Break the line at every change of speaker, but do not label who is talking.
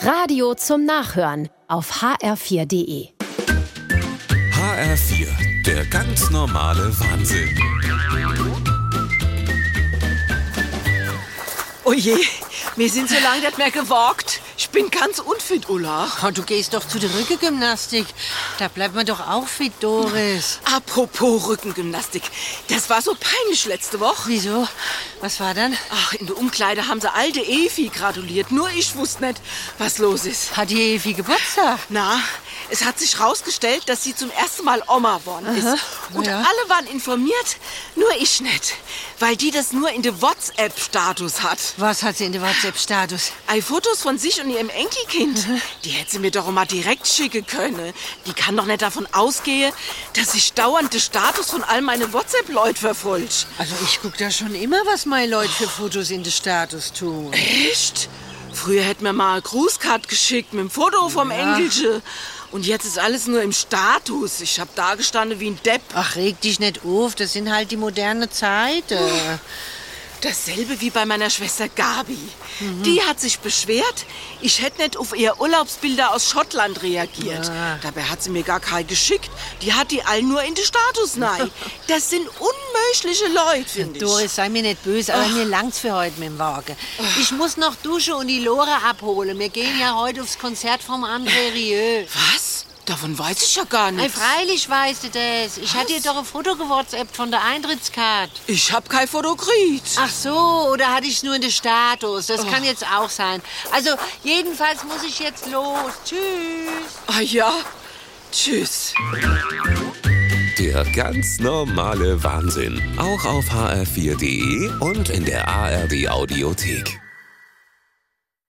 Radio zum Nachhören auf hr4.de.
HR4, der ganz normale Wahnsinn.
Oh je, wir sind so lange nicht mehr gewagt. Ich bin ganz unfit, Ulla.
Oh, du gehst doch zu der Rückengymnastik. Da bleibt man doch auch fit, Doris.
Apropos Rückengymnastik. Das war so peinlich letzte Woche.
Wieso? Was war dann?
Ach, in der Umkleide haben sie alte Evi gratuliert. Nur ich wusste nicht, was los ist.
Hat die Evi Geburtstag?
Na, es hat sich herausgestellt, dass sie zum ersten Mal Oma worden ist. Und
Ja.
alle waren informiert, nur ich nicht. Weil die das nur in der WhatsApp-Status hat.
Was hat sie in der WhatsApp-Status?
Ei, Fotos von sich und ihrem Enkelkind. Die hätte sie mir doch mal direkt schicken können. Die kann doch nicht davon ausgehen, dass ich dauernd den Status von all meinen WhatsApp-Leuten verfolge.
Also ich guck da schon immer, was meine Leute für Fotos in den Status tun.
Echt? Früher hätten wir mal eine Grußkarte geschickt mit dem Foto vom Enkelchen. Und jetzt ist alles nur im Status. Ich hab da gestanden wie ein Depp.
Ach, reg dich nicht auf, das sind halt die moderne Zeit. äh.
Dasselbe wie bei meiner Schwester Gabi. Die hat sich beschwert, ich hätte nicht auf ihre Urlaubsbilder aus Schottland reagiert. Dabei hat sie mir gar keine geschickt. Die hat die all nur in den Status nein. Das sind unmögliche Leute, finde ich.
Doris, sei mir nicht böse, aber mir langt's für heute mit dem Wagen. Ich muss noch duschen und die Lore abholen. Wir gehen ja heute aufs Konzert vom André Rieu.
Was? Davon weiß ich ja gar
Ei,
nichts.
freilich weißt du das. Ich hatte dir doch ein Foto gewhatsappt von der Eintrittskarte.
Ich hab kein Foto gekriegt.
Ach so, oder hatte ich nur in den Status? Das kann jetzt auch sein. Also, jedenfalls muss ich jetzt los. Tschüss.
Ah ja. Tschüss.
Der ganz normale Wahnsinn. Auch auf hr4.de und in der ARD-Audiothek.